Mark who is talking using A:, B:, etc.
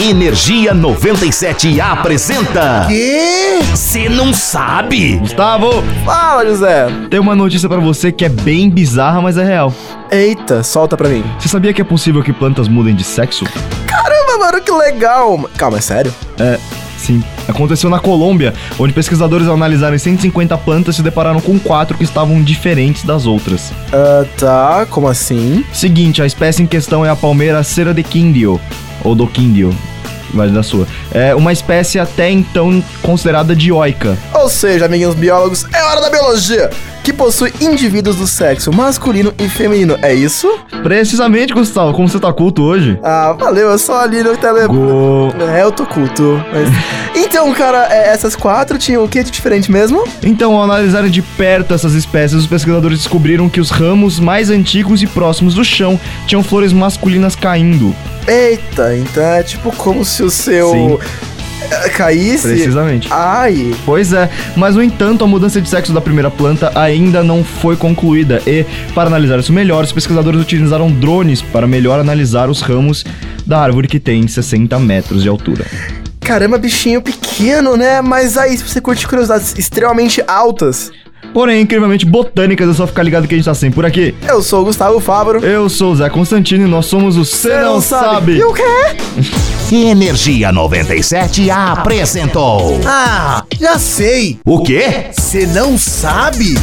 A: Energia 97 apresenta.
B: Quê?
A: Você não sabe?
C: Gustavo,
B: Fala, José.
C: tem uma notícia pra você que é bem bizarra, mas é real.
B: Eita, solta pra mim.
C: Você sabia que é possível que plantas mudem de sexo?
B: Caramba, mano, que legal. Calma, é sério?
C: Sim. Aconteceu na Colômbia, onde pesquisadores ao analisarem 150 plantas se depararam com quatro que estavam diferentes das outras.
B: Ah, tá, como assim?
C: Seguinte, a espécie em questão é a palmeira cera de quindio, ou do quindio, vale da sua. É uma espécie até então considerada dioica.
B: Ou seja, amiguinhos biólogos, é hora da biologia, que possui indivíduos do sexo masculino e feminino, é isso?
C: Precisamente, Gustavo, como você tá culto hoje?
B: Ah, valeu, eu só ali no tele...
C: Go...
B: É, eu tô culto. mas- Então, cara, é, essas quatro tinham o que de diferente mesmo?
C: Então, ao analisarem de perto essas espécies, os pesquisadores descobriram que os ramos mais antigos e próximos do chão tinham flores masculinas caindo.
B: Eita, então é tipo como se o seu...
C: Sim.
B: eh, Caísse...
C: Precisamente.
B: Ai,
C: Pois é, mas no entanto, a mudança de sexo da primeira planta ainda não foi concluída e, para analisar isso melhor, os pesquisadores utilizaram drones para melhor analisar os ramos da árvore que tem 60 metros de altura.
B: Caramba, bichinho pequeno, né? Mas aí, se você curte curiosidades extremamente altas,
C: Porém, incrivelmente botânicas, é só ficar ligado que a gente tá sempre por aqui.
B: eu sou o Gustavo Fávaro.
C: Eu sou o Zé Constantino e nós somos o Cê Não, Sabe.
B: E o quê?
A: Energia 97 apresentou.
D: Ah, já sei!
A: O quê?
D: Você não sabe?